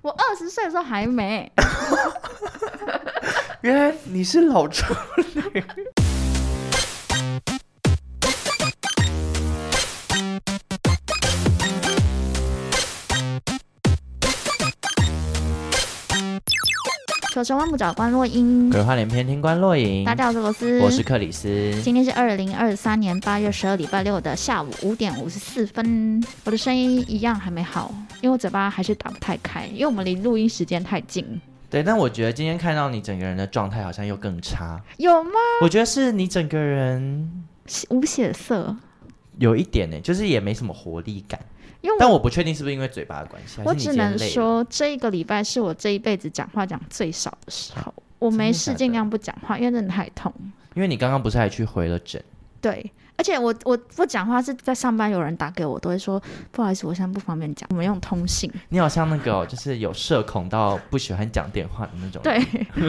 我二十岁的时候还没。原来你是老处女。求神问不找关落英，鬼话连篇，听官落影。大家好，我是罗斯，我是克里斯。今天是二零二三年八月十二礼拜六的下午五点五十四分，我的声音一样还没好，因为我嘴巴还是打不太开，因为我们离录音时间太近。对，但我觉得今天看到你整个人的状态好像又更差。有吗？我觉得是你整个人血无血色，有一点呢，欸就是也没什么活力感。因为但我我不确定是不是因为嘴巴的关系，还我是你只今天能累了，说这一个礼拜是我这一辈子讲话讲最少的时候，我真的没假事的尽量不讲话，因为真的太痛。因为你刚刚不是还去回了诊，对，而且我我不讲话是在上班，有人打给我都会说不好意思，我现在不方便讲，我们用通信。 你好像那个、哦、就是有社恐到不喜欢讲电话的那种。对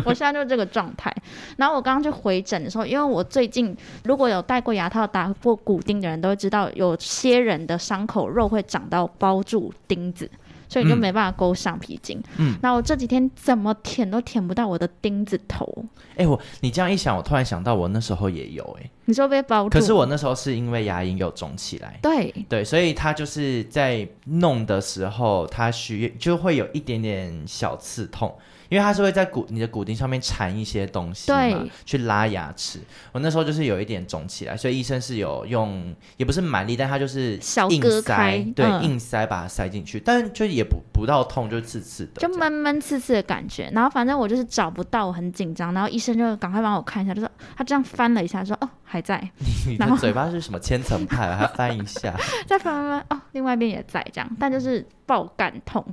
我现在就是这个状态。然后我刚刚去回诊的时候，因为我最近如果有戴过牙套、打过骨钉的人都会知道，有些人的伤口肉会长到包住钉子。所以你就嗯没办法勾橡皮筋。嗯，那我这几天怎么舔都舔不到我的钉子头。哎、我你这样一想，我突然想到我那时候也有哎、你说被包住？可是我那时候是因为牙龈有肿起来。对，对，所以它就是在弄的时候，它需就会有一点点小刺痛，因为它是会在骨你的骨钉上面缠一些东西嘛对，去拉牙齿。我那时候就是有一点肿起来，所以医生是有用，也不是蛮力，但它就是小硬割塞开，对，嗯硬塞把它塞进去，但就也不不到痛，就刺刺的这就样，闷闷刺刺的感觉。然后反正我就是找不到，我很紧张。然后医生就赶快帮我看一下，就说哦他这样翻了一下，说哦还在， 你然后的嘴巴是什么千层派啊？它翻一下， 再翻翻翻哦，另外一边也在这样，但就是爆感痛。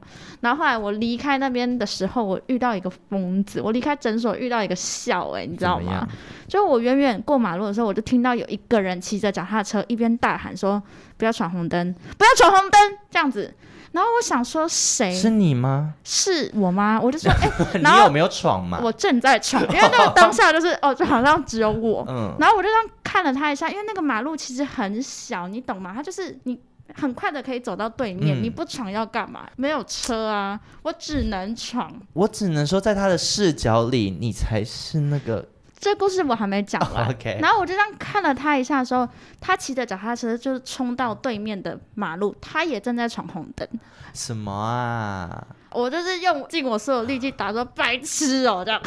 然后后来我离开那边的时候，我遇到一个疯子，我离开诊所遇到一个笑哎、你知怎道么吗样？？就我远远过马路的时候，我就听到有一个人骑着脚踏车，一边大喊说“不要闯红灯，不要闯红灯”这样子。然后我想说谁是你吗？是我吗？我就 说哎、你然后有没有闯嘛？我正在 闯，因为那个当下就是哦，就好像只有我。嗯，然后我就这样看了他一下，因为那个马路其实很小，你懂吗？它就是你很快的可以走到对面，嗯你不闯要干嘛？没有车啊，我只能闯。我只能说，在他的视角里，你才是 那个这故事我还没讲 完。 OK，然后我就这样看了他一下的时候，他骑着脚踏车就是冲到对面的马路，他也正在闯红灯。什么啊？我就是用尽我所有力气打说白痴哦、这样。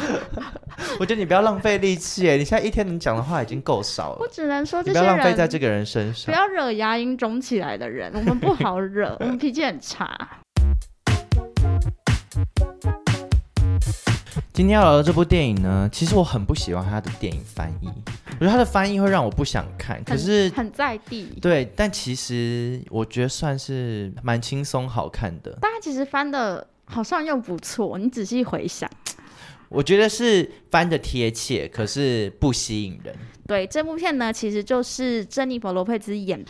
我觉得你不要浪费力气耶，你现在一天能讲的话已经够少我了，只能说这你不些要浪费在人这个人身不上。要惹牙龈肿起来的人，我们不好惹，我们脾气很差。今天要聊的这部电影呢，其实我很不喜欢它的电影翻译，我觉得它的翻译会让我不想看。可很是，很在地。对，但其实我觉得算是蛮轻松好看的。大家其实翻的好像又不错，你仔细回想，我觉得是翻的贴切，可是不吸引 人。对这部片呢，其实就是珍妮佛·罗佩兹演，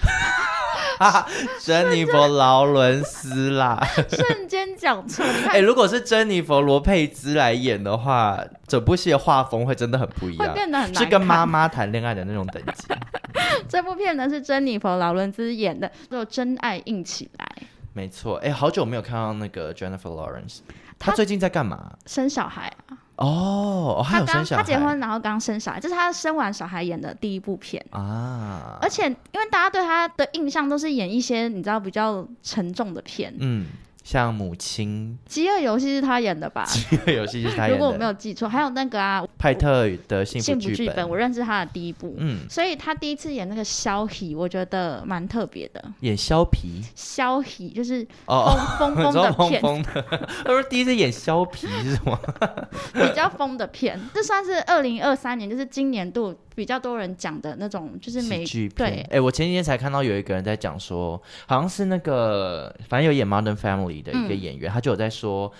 珍妮佛·劳伦斯啦。 瞬间讲错，你 哎、看如果是珍妮佛·罗佩兹来演的话，整部戏的画风会真的很不一会样，变得很难是看。跟妈妈谈恋爱的那种等级。 这部片呢是珍妮佛·劳伦兹演的，就真爱硬起来，没错，哎、好久没有看到那个 Jennifer Lawrence，她她最近在干嘛？生小孩啊，哦，哦她她有刚生小她孩结婚，然后刚生小孩，这是她生完小孩演的第一部片。啊，而且，因为大家对她的印象都是演一些你知道比较沉重的片，《嗯，像母亲， 饥饿游戏》是她演的吧？这个游戏 就是她如演果我没的，有记错，还有那个啊，派特的幸幸福福剧剧本，我认识她的第一部。嗯，所以他第一次演那个萧喜，我觉得蛮特别的。演削皮萧喜就是哦。疯你疯疯知道的疯片，疯的， 他说第一次演削皮是吗？比较疯的片。这算是二零二三年，就是今年度比较多人讲的那种，就是美喜剧片。对哎、我前几天才看到有一个人在讲说，好像是那个反正有演《Modern Family》的一个嗯演员，他就有在说，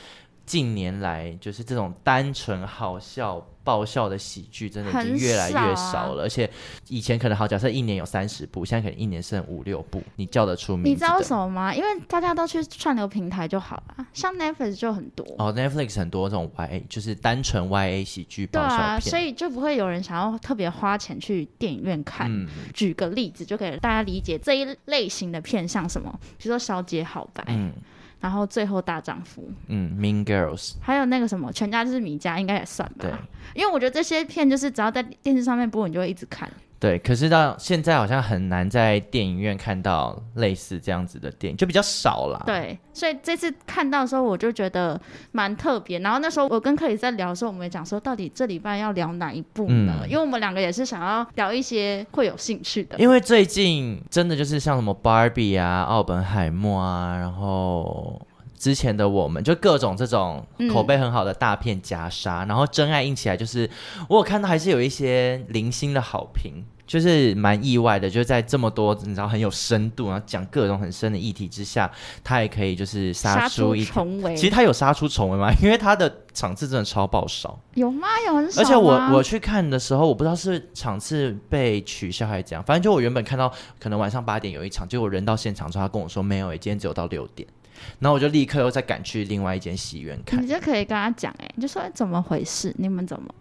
近年来就是这种单纯好笑。爆笑的喜剧真的已经很越来越少啊少了，而且以前可能好，假设一年有三十部，现在可能一年剩五六部，你叫得出名字的。你知道为什么吗？因为大家都去串流平台就好了，像 Netflix 就很多。哦，Netflix 很多这种 YA，就是单纯 YA 喜剧对爆笑片。啊，所以就不会有人想要特别花钱去电影院看。嗯，举个例子，就给大家理解这一类型的片像什么，比如说《小姐好白》嗯然后最后大丈夫，嗯，Mean Girls，还有那个什么全家就是米家，应该也算对吧。因为我觉得这些片就是只要在电视上面播，你就会一直看。对。可是到现在好像很难在电影院看到类似这样子的电影，就比较少啦。，对，所以这次看到的时候，我就觉得蛮特别。然后那时候我跟克里斯在聊的时候，我们也讲说，到底这礼拜要聊哪一部呢？嗯因为我们两个也是想要聊一些会有兴趣的。因为最近真的就是像什么 Barbie 啊、奥本海默啊，然后之前的我们就各种这种嗯口碑很好的大片夹杀，然后真爱硬起来，就是我有看到还是有一些零星的好评。就是蛮意外的，就是在这么多你知道很有深度，然后讲各种很深的议题之下，他也可以就是杀出出一条。重围其实他有杀出重围吗？ 因为他的场次真的超爆少。有吗？有很少而且我吗我去看的时候，我不知道是场次被取消还是怎样，反正就我原本看到可能晚上八点有一场，结果人到现场之后，他跟我说没有、欸，今天只有到六点，然后我就立刻又再赶去另外一间戏院看你。就可以跟他讲，哎，你就说哎怎么回事？你们怎么？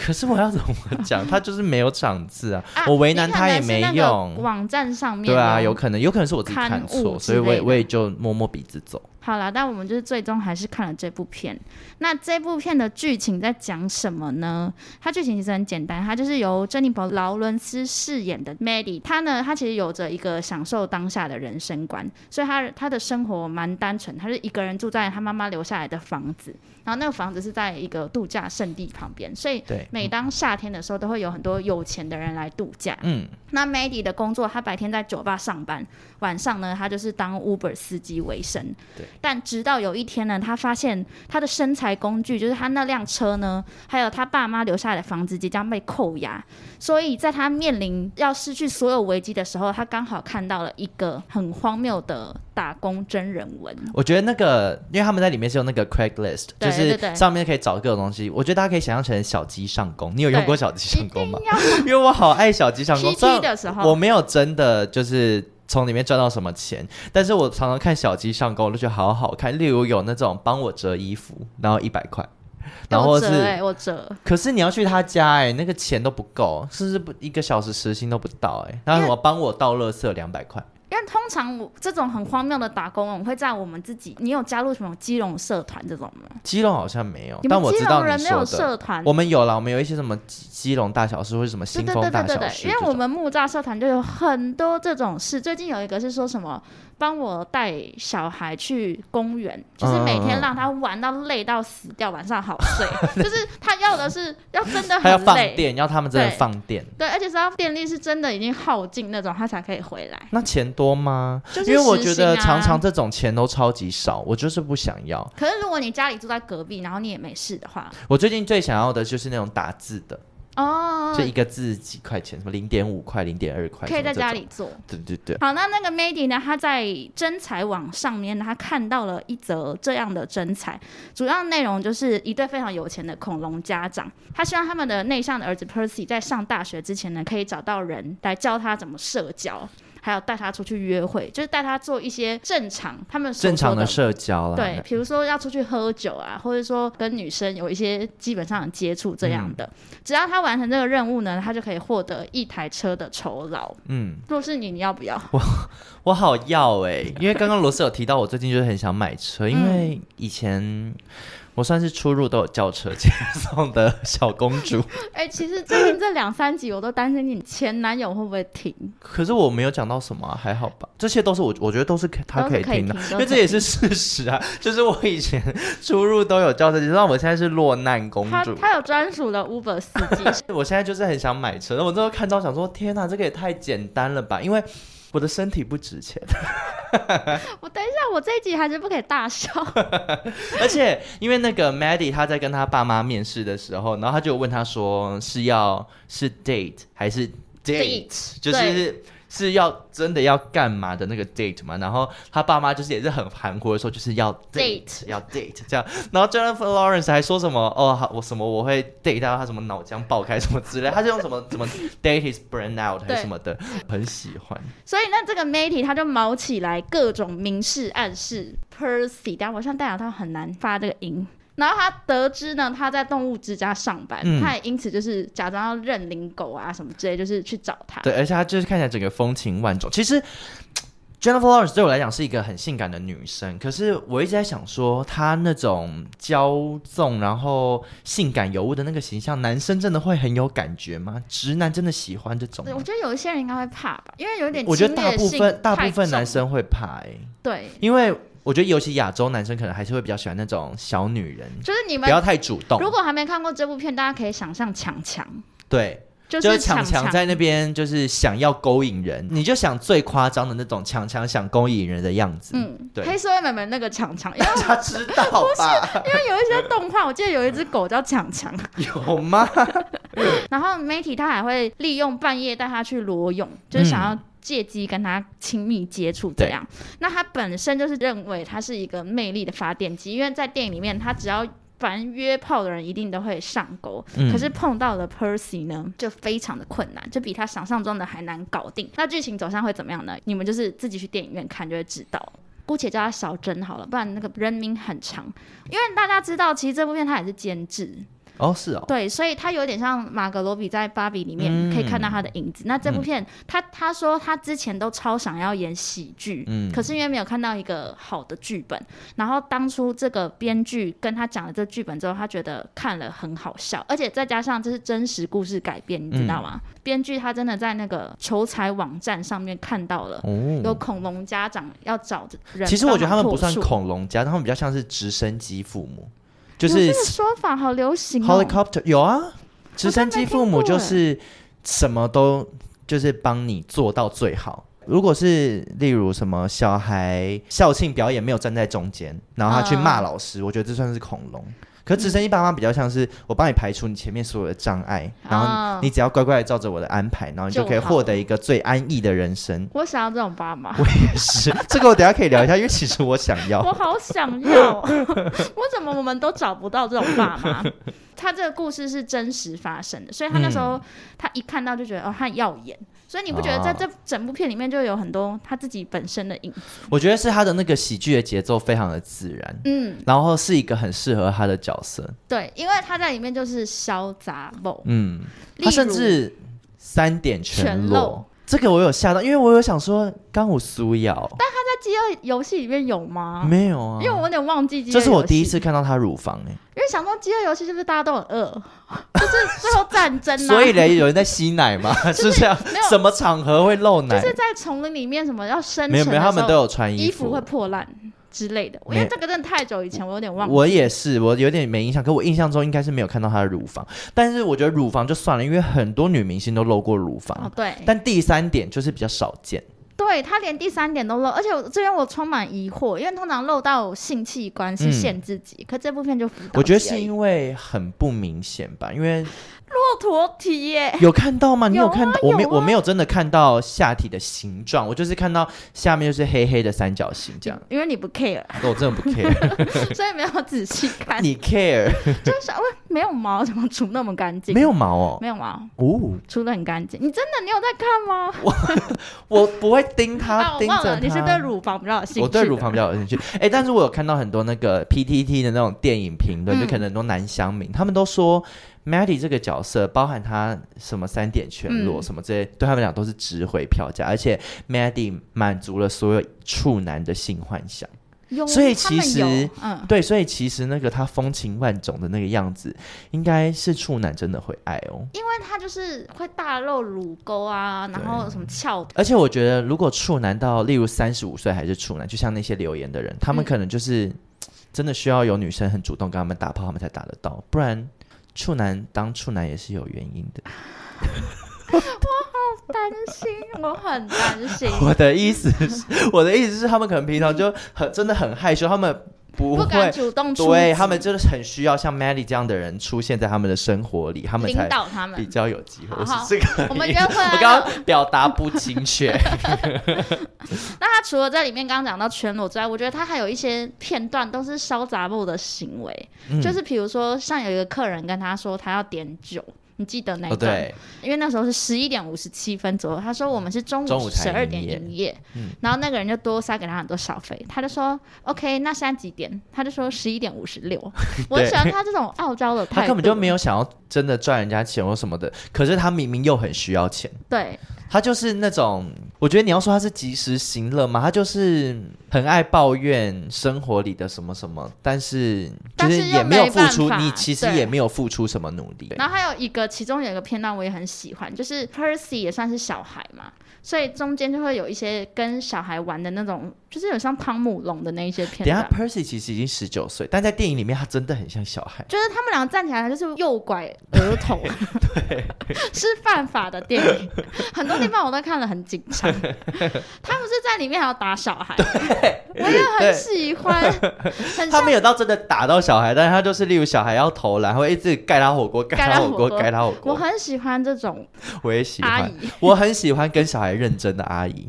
可是我要怎么 讲，他就是没有场次啊，啊我为难你可他能也是没那个用。网站上面对啊，哦有可能，有可能是我自己看刊错，物之所以我类也的我也就摸摸鼻子走。好啦，但我们就是最终还是看了这部片。那这部片的剧情在讲什么呢？它剧情其实很简单，它就是由珍妮佛·劳伦斯饰演的 Maddie，她呢，她其实有着一个享受当下的人生观，所以她她的生活蛮单纯，她是一个人住在她妈妈留下来的房子，然后那个房子是在一个度假胜地旁边，所以对，每当夏天的时候，都会有很多有钱的人来度假。嗯，那 Maddie 的工作，她白天在酒吧上班，晚上呢，她就是当 Uber 司机为生对。但直到有一天呢，她发现她的身材工具，就是她那辆车呢，还有她爸妈留下来的房子即将被扣押，所以在她面临要失去所有危机的时候，她刚好看到了一个很荒谬的打工真人文。我觉得那个，因为他们在里面是用那个 Craigslist，对就对是对上面可以找各种东西。我觉得大家可以想象成小鸡上弓，你有用对过小鸡上一弓定吗？要 因为我好爱小鸡上弓，虽 PT 然的时我候，没有真的就是从里面赚到什么钱，但是我常常看小鸡上弓，我就觉得好好看。例如有那种帮我折衣服，然后一百块，然后我折哎、是。我折。可是你要去他家哎、那个钱都不够，甚至不一个小时时薪都不到哎、然后什么帮我倒垃圾两百块，因为通常我这种很荒谬的打工，我们会在我们自己，你有加入什么基隆社团这种吗？基隆好像没有，你哦但们我基知道隆你人没有说的。社团，我们有啦，我们有一些什么基基隆大小事或者什么对新对丰对对大对小对，事因这为我种，们木栅社团就有很多这种事。最近有一个是说什么，帮我带小孩去公园，就是每嗯嗯嗯天让他玩到累到死掉，晚上好 睡。就是他要的是要真的还要很放累，电，要他们真的对放电。对，而且是要电力是真的已经耗尽那种，他才可以回来。那钱多吗？就是因为我时觉得薪啊常常这种钱都超级少，我就是不想要。可是如果你家里住在隔壁，然后你也没事的话，我最近最想要的就是那种打字的，哦就，一个字几块钱，什么零点五块、零点二块，可以什么在这家种。里做。对对对，好，那那个 Mady 呢？她在真才网上面，她看到了一则这样的真才，主要内容就是一对非常有钱的恐龙家长，他希望他们的内向的儿子 Percy 在上大学之前呢，可以找到人来教他怎么社交，还有带他出去约会，就是带他做一些正常他们所正常说的的社交啦。对，，比如说要出去喝酒啊，或者说跟女生有一些基本上的接触这样的，只要他完成这个任务呢，他就可以获得一台车的酬劳。嗯，若是你，你要不要？ 我好要哎、因为刚刚罗斯有提到，我最近就是很想买车，嗯因为以前我算是出入都有轿车接送的小公主，哎、其实最近这两三集我都担心你前男友会不会停，可是我没有讲到什么啊、还好吧？这些都是我我觉得都是可他都可是以可以听的，听因都为可这以也是事实啊。 就是我以前出入都有轿车，你知道我现在是落难公他主。他有专属的 Uber 司机， 我现在就是很想买车，我之后看到想说，天哪，这个也太简单了吧？因为我的身体不值钱， 我等一下我这一集还是不可以大笑，而且因为那个 Maddie 她在跟她爸妈面试的时候，然后她就问她说是要是 date 还是 date，就是是要真的要干嘛的那个 date 嘛，然后他爸妈就是也是很含糊的说，就是要 date, Date 要 date 这样，然后 Jennifer Lawrence 还说什么哦，好我什么我会 date 到他什么脑浆爆开什么之类，他就用什么什么 date is burn out 还对是什么的，很喜欢。所以那这个 Matty 他就毛起来各种明示暗示 Percy，但我像戴雅他很难发这个音。然后他得知呢，他在动物之家上班，嗯他也因此就是假装要认领狗啊什么之类，就是去找他。对，而且他就是看起来整个风情万种。其实 Jennifer Lawrence 对我来讲是一个很性感的女生，可是我一直在想说，她那种骄纵然后性感尤物的那个形象，男生真的会很有感觉吗？直男真的喜欢这种对，吗我？觉得有一些人应该会怕吧，因为有点我觉得侵大略部性分大太部分男重啊生会怕、欸，对，因为我觉得尤其亚洲男生可能还是会比较喜欢那种小女人，就是你不们要太主动。如果还没看过这部片，大家可以想象强强，对，就就是是强强在那边就是想要勾引人，你就想最夸张的那种强强想勾引人的样子。嗯，对黑社会妹妹那个强 强，因为大家知道吧？因为有一些动画，我记得有一只狗叫强强，有吗？然后媒体他还会利用半夜带他去裸泳，就是想要借机跟他亲密接触这样。那他本身就是认为他是一个魅力的发电机，因为在电影里面，他只要反正约炮的人一定都会上钩，嗯可是碰到了 Percy 呢，就非常的困难，就比他想象中的还难搞定。那剧情走向会怎么样呢？你们就是自己去电影院看就会知道。姑且叫他小珍好了，不然那个人名很长。因为大家知道，其实这部片他也是监制，哦，是哦，对，所以他有点像马格罗比在《芭比》里面嗯可以看到他的影子。那这部片，他他说他之前都超想要演喜剧，嗯可是因为没有看到一个好的剧本，然后当初这个编剧跟他讲了这剧本之后，他觉得看了很好笑，而且再加上这是真实故事改编，你知道吗？嗯编剧他真的在那个求财网站上面看到了。有哦。恐龙家长要找人，其实我觉得他们不算，恐龙家，他们比较像是直升机父母，就有是这个说法好流行哦。 helicopter 有啊，直升机父母我真没听过就欸是什么都就是帮你做到最好。如果是例如什么小孩校庆表演没有站在中间，然后他去骂老师，我觉得这算是恐龙。可直升机爸妈比较像是我帮你排除你前面所有的障碍，然哦后你只要乖乖的照着我的安排，然后你就可就以好。获得一个最安逸的人生 我想要这种爸妈。我也是，这个我等一下可以聊一下，因为其实我想要。 我好想要 哦，我怎么我们都找不到这种爸妈？他这个故事是真实发生的，所以他那时嗯候、他一看到就觉得哦，他要演，所以你不觉得在哦这整部片里面就有很多他自己本身的影子？我觉得是他的那个喜剧的节奏非常的自然，嗯，然后是一个很适合他的角色。对，因为他在里面就是潇洒某，嗯，例他甚如至三点全全漏裸，这个我有吓到，因为我有想说刚武苏瑶，在饥饿游戏里面有吗？没有啊因为，我有点忘记饥饿这是我第一游戏，次看到他乳房哎、因为想说饥饿游戏是不是大家都很饿，就是最后战争啊，所以嘞，有人在吸奶吗？ 是不是啊没有什么场合会漏奶？就是在丛林里面什么要生存没的有时候，没有，他们都有穿衣服服会。破烂之类的。因没为这个真的太久以前，我有点忘了。我也是，我有点没印象，可我印象中应该是没有看到他的乳房。但是我觉得乳房就算了，因为很多女明星都露过乳房。哦，对，但第三点就是比较少见，对他连第三点都漏，而且我这边我充满疑惑，因为通常漏到性器官是嗯限制级，可这部片就辅导我觉得级是而已因为很不明显吧，因为骆驼体耶，有看到吗？你有啊看到？我没有啊我没有真的看到下体的形状，我就是看到下面就是黑黑的三角形这样。因为你不 care，那我真的不 care，所以没有仔细看，你 care 就是喂没有毛怎么除那么干净？没有毛哦？没有毛，哦，除的很干净。你真的你有在看吗？我不会盯它，啊，我盯忘着了，它。你是对乳房比较有兴趣的。我对乳房比较有兴趣，哎、但是我有看到很多那个 PTT 的那种电影评嗯论，就可能很多男乡民，他们都说 Maddie 这个角色，包含他什么三点全裸、嗯什么这些，对他们俩都是值回票价，而且 Maddie 满足了所有处男的性幻想。有，所以他其们实有嗯，对，所以其实那个他风情万种的那个样子，应该是处男真的会爱哦。因为他就是会大露乳沟啊，然后什么翘而且我觉得，如果处男到例如三十五岁还是处男，就像那些留言的人，他们嗯可能就是、真的需要有女生很主动跟他们打炮，他们才打得到，不然处男当处男也是有原因 的。担心，我很担心。我的意思是，我的意思是，他们可能平常就很真的很害羞，他们 不不会敢。主动出击，对他们就是很需要像 Melly 这样的人出现在他们的生活里，他们才领导他比们。较有机会。我是好这个我们意约思会啊我刚刚表达不 精确。那他除了在里面刚刚讲到全裸之外，我觉得他还有一些片段都是潇洒部的行为，嗯就是比如说像有一个客人跟他说他要点酒。你记得那一哦，段？对，因为那时候是十一点五十七分左右，他说我们是中中午午十才二营点业营业，嗯然后那个人就多塞给他很多小费，他就说 OK，那现在几点？他就说十一点五十六。 我很喜欢他这种傲娇的态度，他根本就没有想要真的赚人家钱或什么的，可是他明明又很需要钱，对，他就是那种，我觉得你要说他是及时行乐嘛，他就是很爱抱怨生活里的什么什么，但是就但是是又也没有没付办出，法你其实对也没有付出什么努力。然后还有一个，其中有一个片段我也很喜欢，就是 Percy 也算是小孩嘛，所以中间就会有一些跟小孩玩的那种，就是有像汤姆龙的那一些片等一下段。 ，Percy 其实已经十九岁，但在电影里面他真的很像小孩。就是他们俩站起来就是右拐儿童， 是犯法的电影，很多地方我都看了很紧 张。他们是在里面还要打小孩，我也对很喜欢，很他像没有到真的打到小孩，但是他就是例如小孩要投篮，会一直盖他火锅，盖盖他他火火锅，锅盖他火我锅。很喜欢这种我也喜阿欢姨，，我很喜欢跟小孩认真的阿姨，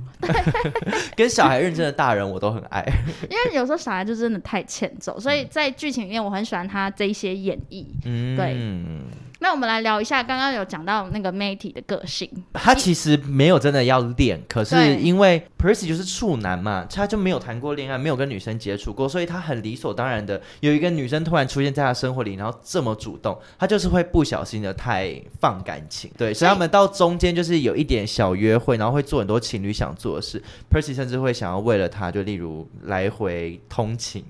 跟小孩认真的大人我都很爱。因为有时候小孩就真的太欠揍，所以在剧情里面我很喜欢他这一些演绎。嗯，那我们来聊一下，刚刚有讲到那个 Matty 的个性，他其实没有真的要练，可是对因为 Percy 就是处男嘛，他就没有谈过恋爱，没有跟女生接触过，所以他很理所当然的有一个女生突然出现在他生活里，然后这么主动，他就是会不小心的太放感情，对，所以他们到中间就是有一点小约会，然后会做很多情侣想做的事，Percy 甚至会想要为了他，就例如来回通勤，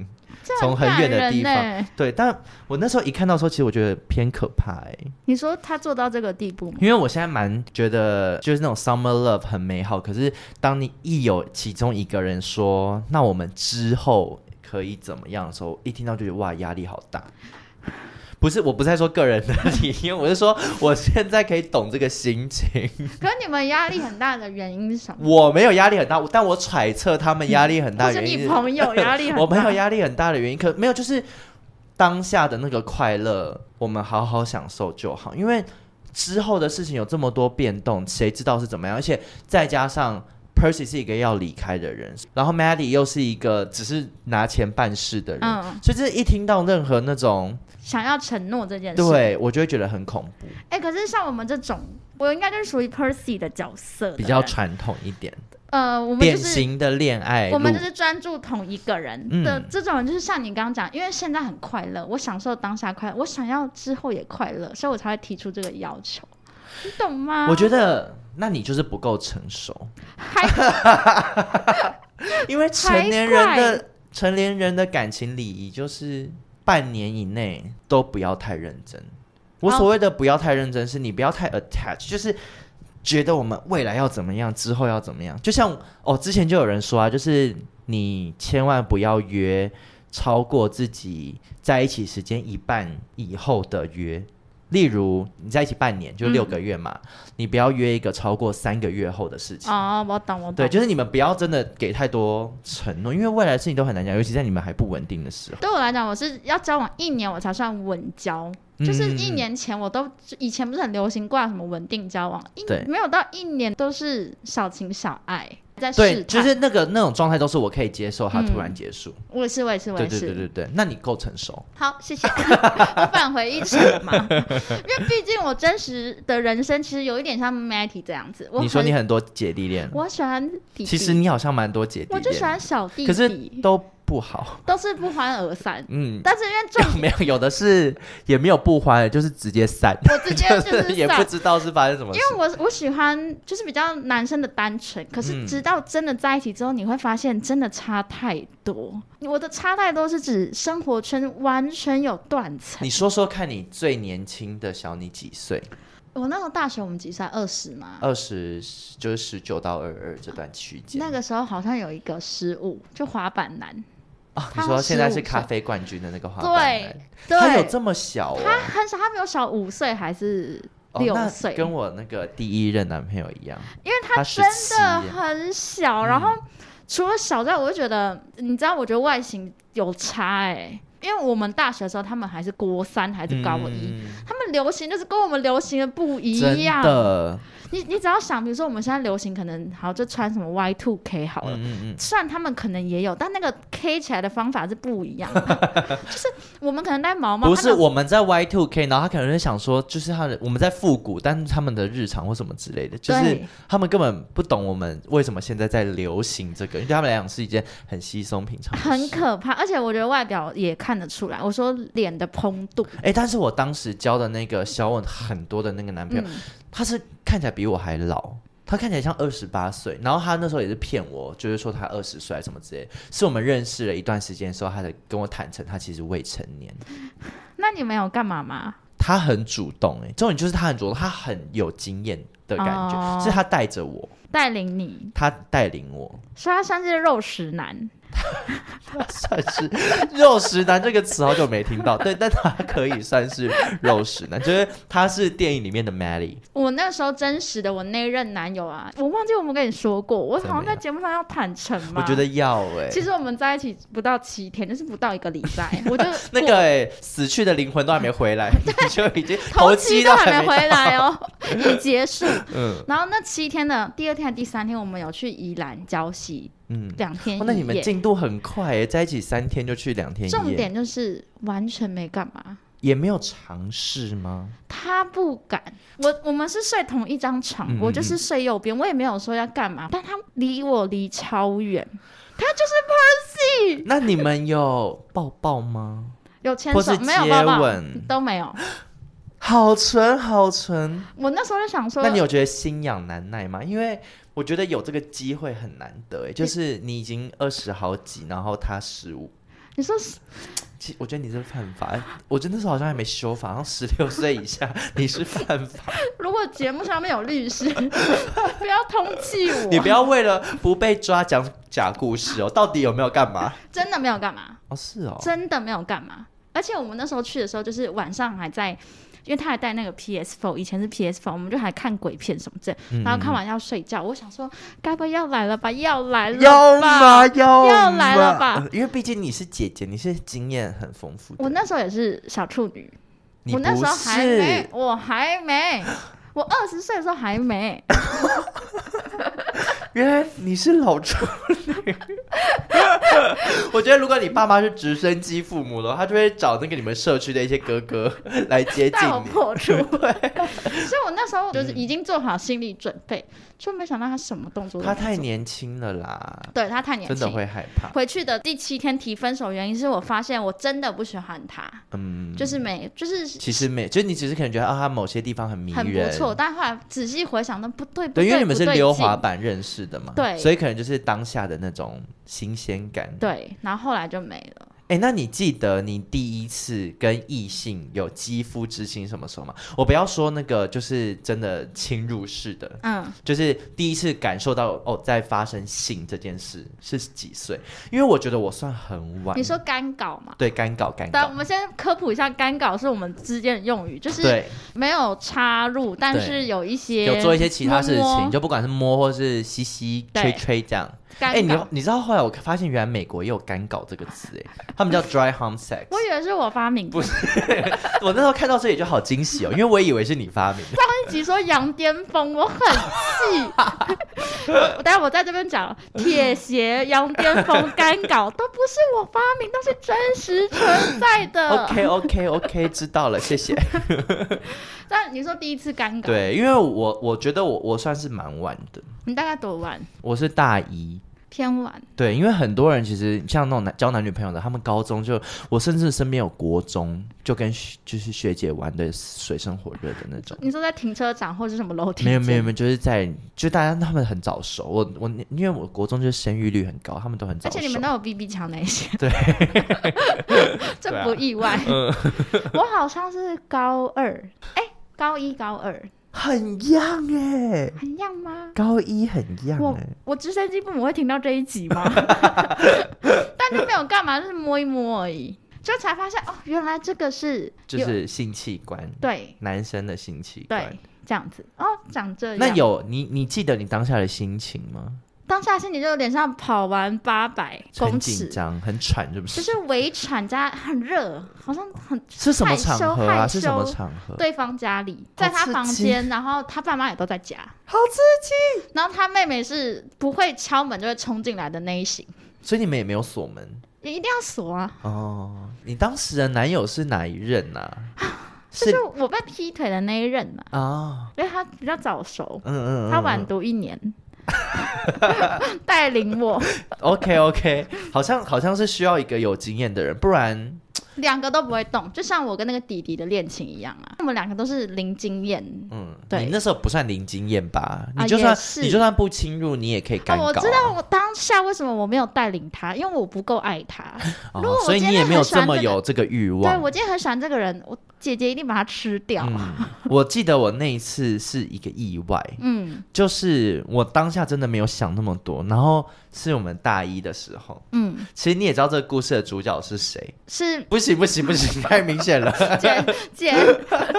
这从很感远的地人欸方呢。对，但我那时候一看到的时候，其实我觉得偏可怕、欸，你说他做到这个地步吗？因为我现在蛮觉得，就是那种 summer love 很美好，可是当你一有其中一个人说，那我们之后可以怎么样的时候，一听到就觉得哇，压力好大。不是，我不是在说个人的体验，我是说我现在可以懂这个心情。可是你们压力很大的原因是什么？我没有压力很大，但我揣测他们压力很大或的是原因你是朋友压力很大？ 我没有压力很大的原因，可没有就是当下的那个快乐，我们好好享受就好，因为之后的事情有这么多变动，谁知道是怎么样？而且再加上 Percy 是一个要离开的人，然后 Maddie 又是一个只是拿钱办事的人，嗯，所以这一听到任何那种，想要承诺这件事。，对我就会觉得很恐怖，哎、可是像我们这种，我应该就是属于 Percy 的角色的比较人传统一点，呃，我们典就是。型的恋爱路。我们就是专注同一个人的嗯这种人，就是像你刚刚讲，因为现在很快乐，我享受当下快乐，我想要之后也快乐，所以我才会提出这个要求，你懂吗？我觉得，那你就是不够成熟。还 因为成年人的成年人的感情礼仪就是半年以内都不要太认真。我所谓的不要太认真，是你不要太 attach，就是觉得我们未来要怎么样，之后要怎么样。就像哦，之前就有人说啊，就是你千万不要约超过自己在一起时间一半以后的约。例如你在一起半年，就嗯六个月嘛，你不要约一个超过三个月后的事情。哦，我懂，我懂。对，就是你们不要真的给太多承诺，因为未来的事情都很难讲，尤其在你们还不稳定的时候。对我来讲，我是要交往一年我才算稳交，嗯就是一年前我都以前不是很流行挂什么稳定交往，一对没有到一年都是小情小爱在试对，探。就是那个那种状态都是我可以接受，它嗯突然结束。我也是，我也是，我对也对是。对对对，那你够成熟。好，谢 谢。我返回一城 嘛，因为毕竟我真实的人生其实有一点像 Matty 这样子。我你说你很，很多姐弟恋，我喜欢弟弟，其实你好像蛮多姐弟我就喜恋，欢小弟可是弟，都不好。都是不欢而散。嗯，但是因为重， 没有有的是也没有不欢，就是直接散，我直 接就就是是也散不知道是发生什么因事。为我我喜欢就是比较男生的单纯，可嗯是直到真的在一起之后，你会发现真的差太多。我的差太多是指生活圈完全有断层你。说说看你最年轻的小你几岁？我那时候大学我们几岁？二十嘛。二十就是十九到二二这段区间。那个时候好像有一个失误，就滑板男。啊，你他说15现在是岁咖啡冠军的那个花瓣对男，对，他有这么小哦他很少，他没有小五岁还是哦，六那岁，跟我那个第一任男朋友一样，因为他嗯他17真的很小。然嗯后除了小之外，我就觉得，你知道，我觉得外形有差哎、因为我们大学的时候，他们还是国三还是高一，嗯他们流行就是跟我们流行的不一真样。的，嗯你你只要想，比如说我们现在流行可能好就穿什么 Y two K 好了。嗯嗯嗯，虽然他们可能也有，但那个 K 起来的方法是不一样的， 就是我们可能戴毛毛，不他是们我们在 Y two K，然后他可能会想说，就是他的我们在复古，但是他们的日常或什么之类的，就是对他们根本不懂我们为什么现在在流行这个，因为对他们来讲是一件很稀松平常的事。很可怕，而且我觉得外表也看得出来。我说脸的蓬度，哎、但是我当时交的那个小我很多的那个男朋友，嗯，他是看起来比我还老，他看起来像二十八岁，然后他那时候也是骗我，就是说他二十岁还是什么之类的。是我们认识了一段时间的时候，他才跟我坦诚他其实未成年。那你们有干嘛吗？他很主动、欸，哎，重点就是他很主动，他很有经验的感觉，哦是他带着我，带领你，他带领我， 所以他算是肉食男，算是肉食男这个词好久没听到，对，但他可以算是肉食男，就是他是电影里面的 Melly，我那时候真实的我那任男友啊，我忘记我们跟你说过，我好像在节目上要坦诚嘛。我觉得要哎、其实我们在一起不到七天，就是不到一个礼拜， 我就那个、欸、死去的灵魂都还没回来， 你就已经头七七都都还没到回，来哦，已结束。嗯然后那七天的第二天、第三天，我们有去宜兰礁溪嗯、两天哦那你一们夜。进度很快哎、在一起三天就去两天一夜，重点就是完全没干嘛，也没有尝试吗？他不敢。我我们是睡同一张床，嗯嗯我就是睡右边，我也没有说要干嘛，但他离我离超远。他就是 Percy，那你们有抱抱吗？有牵或手是没有接抱抱吻都没有。好纯好纯，我那时候就想说那，你有觉得心痒难耐吗？因为我觉得有这个机会很难得哎，就是你已经二十好几，然后他十五。你说其我觉得你是犯法，我觉得那时候好像还没修法，好像十六岁 以下你是犯法，如果节目上面有律师， 不要通气你不我，啊要为了不被抓讲假故事哦。到底有没有干嘛？真的没有干嘛。哦，是哦，真的没有干嘛。而且我们那时候去的时候，就是晚上还在，因为他还带那个 PS Four，以前是 PS Four，我们就还看鬼片什么之类，嗯然后看完要睡觉。我想说，该不会要来了吧？要来了要吧吗？？要要来了吗吧呃因为毕竟你是姐姐，你是经验很丰富的。我那时候也是小处女，你我那不时候还是没，我还没，我二十岁的时候还没，哎原来你是老处女。我觉得如果你爸妈是直升机父母的话，他就会找那个你们社区的一些哥哥来接近带我你。破 处。所以我那时候就是已经做好心理准备，就没想到他什么动作都他没太做，年轻了啦，对他太年真的轻。会害怕。回去的第七天提分手，原因是我发现我真的不喜欢他。嗯，就是没，就是其实没，就是你只是可能觉得啊，他某些地方很迷很人，不错，但后来仔细回想，那不对，不对，因为你们不是对溜劲滑，板认识的嘛，对所以可能就是当下的那种新鲜感。，对，然后后来就没了。哎，那你记得你第一次跟异性有肌肤之亲什么时候吗？我不要说那个就是真的侵入式的，嗯，就是第一次感受到哦，在发生性这件事是几岁？因为我觉得我算很晚。你说干搞嘛？对，干搞干但搞我，们先科普一下，干搞是我们之间的用语，就是对，没有插入，但对是有一些有做一些其他事摸情，摸就不管是摸或是吸吸、吹对吹这样。干哎、搞。你你知道后来我发现，原来美国也有干搞这个词，哎，他们叫 dry home sex。 我以为是我发明的，不我那时候看到这里就好惊喜哦，因为我以为是你发明的。上一集说羊癫疯，我很 气。我等下我在这边讲，铁鞋、羊癫疯、干搞都不是我发明，都是真实存在的。 OK OK OK，知 道了，谢谢。但你说第一次干搞，对，因为我我觉得我我算是蛮晚的，你大概多晚？我是大一。偏晚。对，因为很多人其实像那种男交男女朋友的，他们高中就，我甚至身边有国中就跟学就是学姐玩的水深火热的那种。你说在停车场或是什么楼梯没间？有没有没有，就是在就大家他们很早熟，我我因为我国中就是生育率很高，他们都很早而熟。且你们都有 BB 墙那一些，对， 这对啊不意外。 我好像是高二，哎、高一高二很样哎、很像吗？高一很样我哎、我直升机父母会听到这一集吗？ 但就没有干嘛，就是摸一摸而已，就才发现哦，原来这个是就是性器官，对男生的性器官对。这样子哦，长这样。那有你你记得你当下的心情吗？当下心里就有点像跑完八百很公紧尺，张，很喘，是不？就是是围喘加很热，好像很是什么害羞场合啊？害是什么羞场合？对方家里，好在他刺房激间，然后他爸妈也都在家，好刺激。然后他妹妹是不会敲门就会冲进来的那一型，所以你们也没有锁门。也一定要锁啊！哦，你当时的男友是哪一任啊？这是就是我被劈腿的那一任嘛，啊、哦，因为他比较早熟，嗯嗯，他晚读一年， 带领我， OK OK，好像好像是需要一个有经验的人，不然两个都不会动，就像我跟那个弟弟的恋情一样啊，我们两个都是零经验。嗯，对你那时候不算零经验吧？啊你就算也是你就算不侵入，你也可以干啊，搞啊。我知道我当下为什么我没有带领他，因为我不够爱他。如果哦我，所以今你天也没有很喜欢这么这个有这个欲望。对我今天很喜欢这个人，我姐姐一定把他吃掉。嗯，我记得我那一次是一个意外，嗯就是我当下真的没有想那么多，然后是我们大一的时候，嗯，其实你也知道这个故事的主角是谁，是不行不行不行，太明显了，姐姐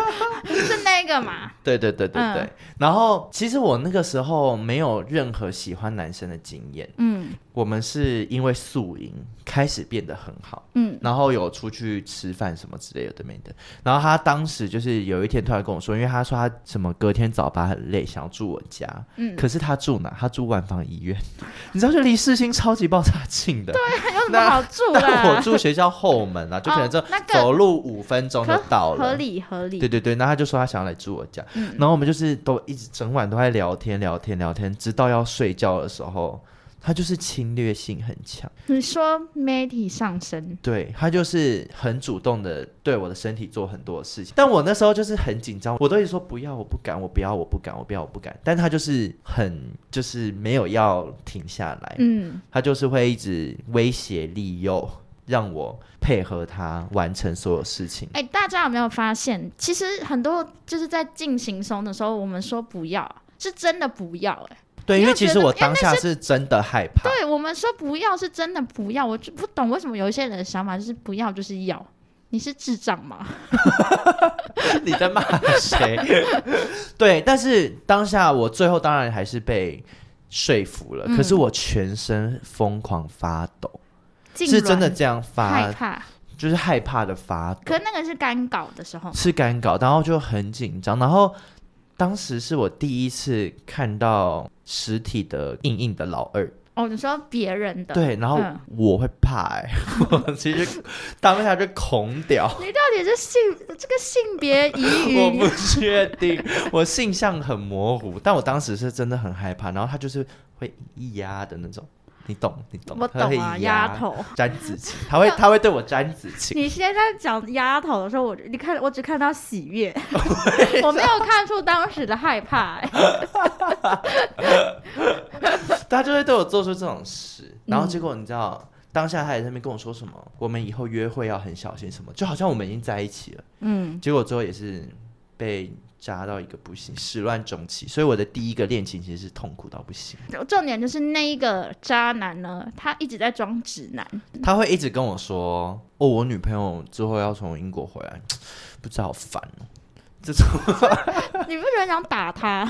是那个嘛？对对对对对。嗯然后其实我那个时候没有任何喜欢男生的经验，嗯我们是因为宿营开始变得很好，嗯然后有出去吃饭什么之类有的没的。然后他当时就是有一天突然跟我说，因为他说他什么隔天早八很累，想要住我家。嗯，可是他住哪？他住万方医院， 你知道，就离市心超级爆炸近的。对，还有什么好住但 我啦？住学校后门啊，就可能就哦那个走路五分钟就可到了。合理合理。对对对，那他就说他想要来住我家，嗯然后我们就是都一直整晚都在聊天聊天聊天，直到要睡觉的时候，他就是侵略性很强，你说 Matty 上身，对他就是很主动的对我的身体做很多的事情，但我那时候就是很紧张，我都一直说不要，我不敢，我不要，我不敢，我不要，我不敢，但他就是很就是没有要停下来，嗯，他就是会一直威胁利诱，让我配合他完成所有事情。哎、大家有没有发现，其实很多就是在进行松的时候，我们说不要，是真的不要、哎，对，你因为有其觉实得我因为当下是真的害怕。对我们说不要是真的不要，我就不懂为什么有一些人的想法就是不要就是要，你是智障吗？你在骂谁？对，但是当下我最后当然还是被说服了，嗯可是我全身疯狂发抖，痉是真的挛这样害发，怕，就是害怕的发抖可，那个是干搞的时候，是尴尬，然后就很紧张，然后当时是我第一次看到实体的硬硬的老二，哦，你说别人的，对，然后嗯我会怕、欸， 我其实当下就恐屌。你到底是性这个性别疑 我云不确定， 我性向很模糊，但我当时是真的很害怕，然后他就是会一压的那种，你懂，你懂，哎我他会懂啊，一丫压，头。沾子晴，他会他会对我沾子 晴，你现在讲丫头的时候，我你看我只看到喜 悦，我没有看出当时的害怕、哎他就会对我做出这种事，然后结果你知道。当下他也在那边跟我说什么，我们以后约会要很小心什么，就好像我们已经在一起了。嗯，结果最后也是被扎到一个不行，始乱终弃。所以我的第一个恋情其实是痛苦到不行。重点就是那一个渣男呢，他一直在装直 男，他会一直跟我说：“哦，我女朋友之后要从英国回来，不知道好烦哦。”这种你不觉得想打 他？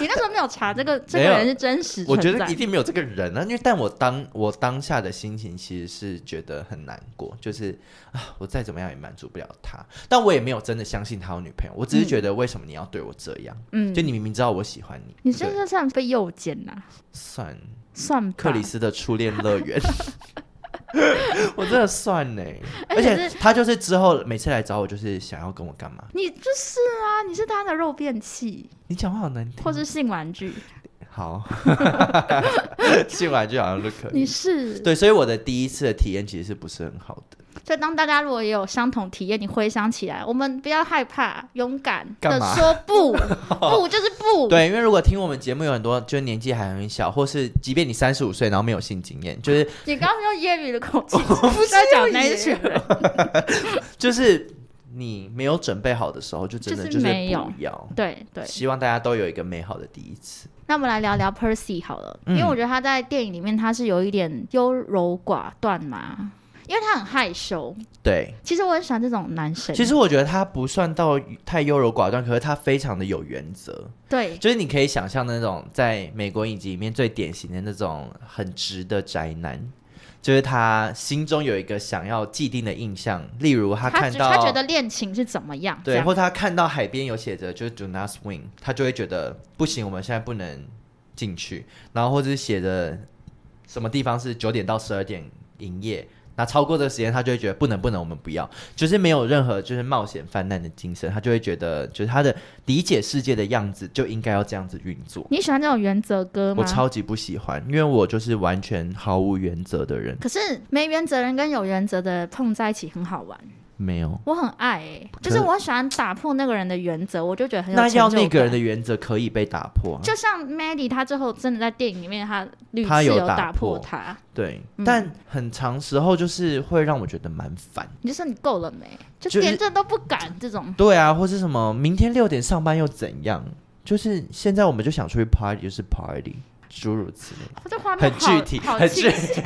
你那时候没有查这个这没个有人是真实我存觉在得一定没有这个人啊，因为但我当我当下的心情其实是觉得很难过，就是啊，我再怎么样也满足不了他，但我也没有真的相信他有女朋友，我只是觉得为什么你要对我这样？嗯就，你明明知道我喜欢你，你对真的算被诱奸呐、啊算算吧克里斯的初恋乐 园。我真的算呢，而且且他就是之后每次来找我，就是想要跟我干嘛？你就是啊，你是他的肉便器你讲话好难听，哦或是性玩具，好， 进来就好像就可你以。是。对，所以我的第一次的体验其实是不是很好的？所以当大家如果也有相同体验，你回想起来，我们不要害怕，勇敢干的嘛说 不，不就是不。对，因为如果听我们节目有很多，就是年纪还很小，或是即便你三十五岁，然后没有性经验，就是 你刚刚用揶揄的口气在讲那一群人，就是你没有准备好的时候，就真的就是就是没有不要。对对。希望大家都有一个美好的第一次。那我们来聊聊 Percy 好了，嗯因为我觉得他在电影里面他是有一点优柔寡断嘛，因为他很害羞。对，其实我很喜欢这种男生，其实我觉得他不算到太优柔寡断，可是他非常的有原则。对就是你可以想象那种在美国影集里面最典型的那种很直的宅男，就是他心中有一个想要既定的印象，例如他他看只到他觉得恋情是怎么样，这对，样或他看到海边有写着就是 do not swim，他就会觉得不行，我们现在不能进去，然后或者是写着什么地方是九点到十二点营业。那超过这个时间，他就会觉得不能不能，我们不要，就是没有任何就是冒险泛滥的精神，他就会觉得就是他的理解世界的样子就应该要这样子运作。你喜欢这种原则哥吗？我超级不喜欢，因为我就是完全毫无原则的人。可是没原则人跟有原则的碰在一起很好玩，没有。我很爱、欸，就是我喜欢打破那个人的原则，我就觉得很有那成就要感。那个人的原则可以被打破啊，就像 Maddie，她最后真的在电影里面，她屡她次有打打破她。对，但很长时候就是会让我觉得蛮烦。你就说你够了没？就就是连这都不敢这种。对啊，或是什么明天六点上班又怎样？就是现在我们就想出去 party，就是 party，诸如此类，这画面很好具体，好很具清体晰，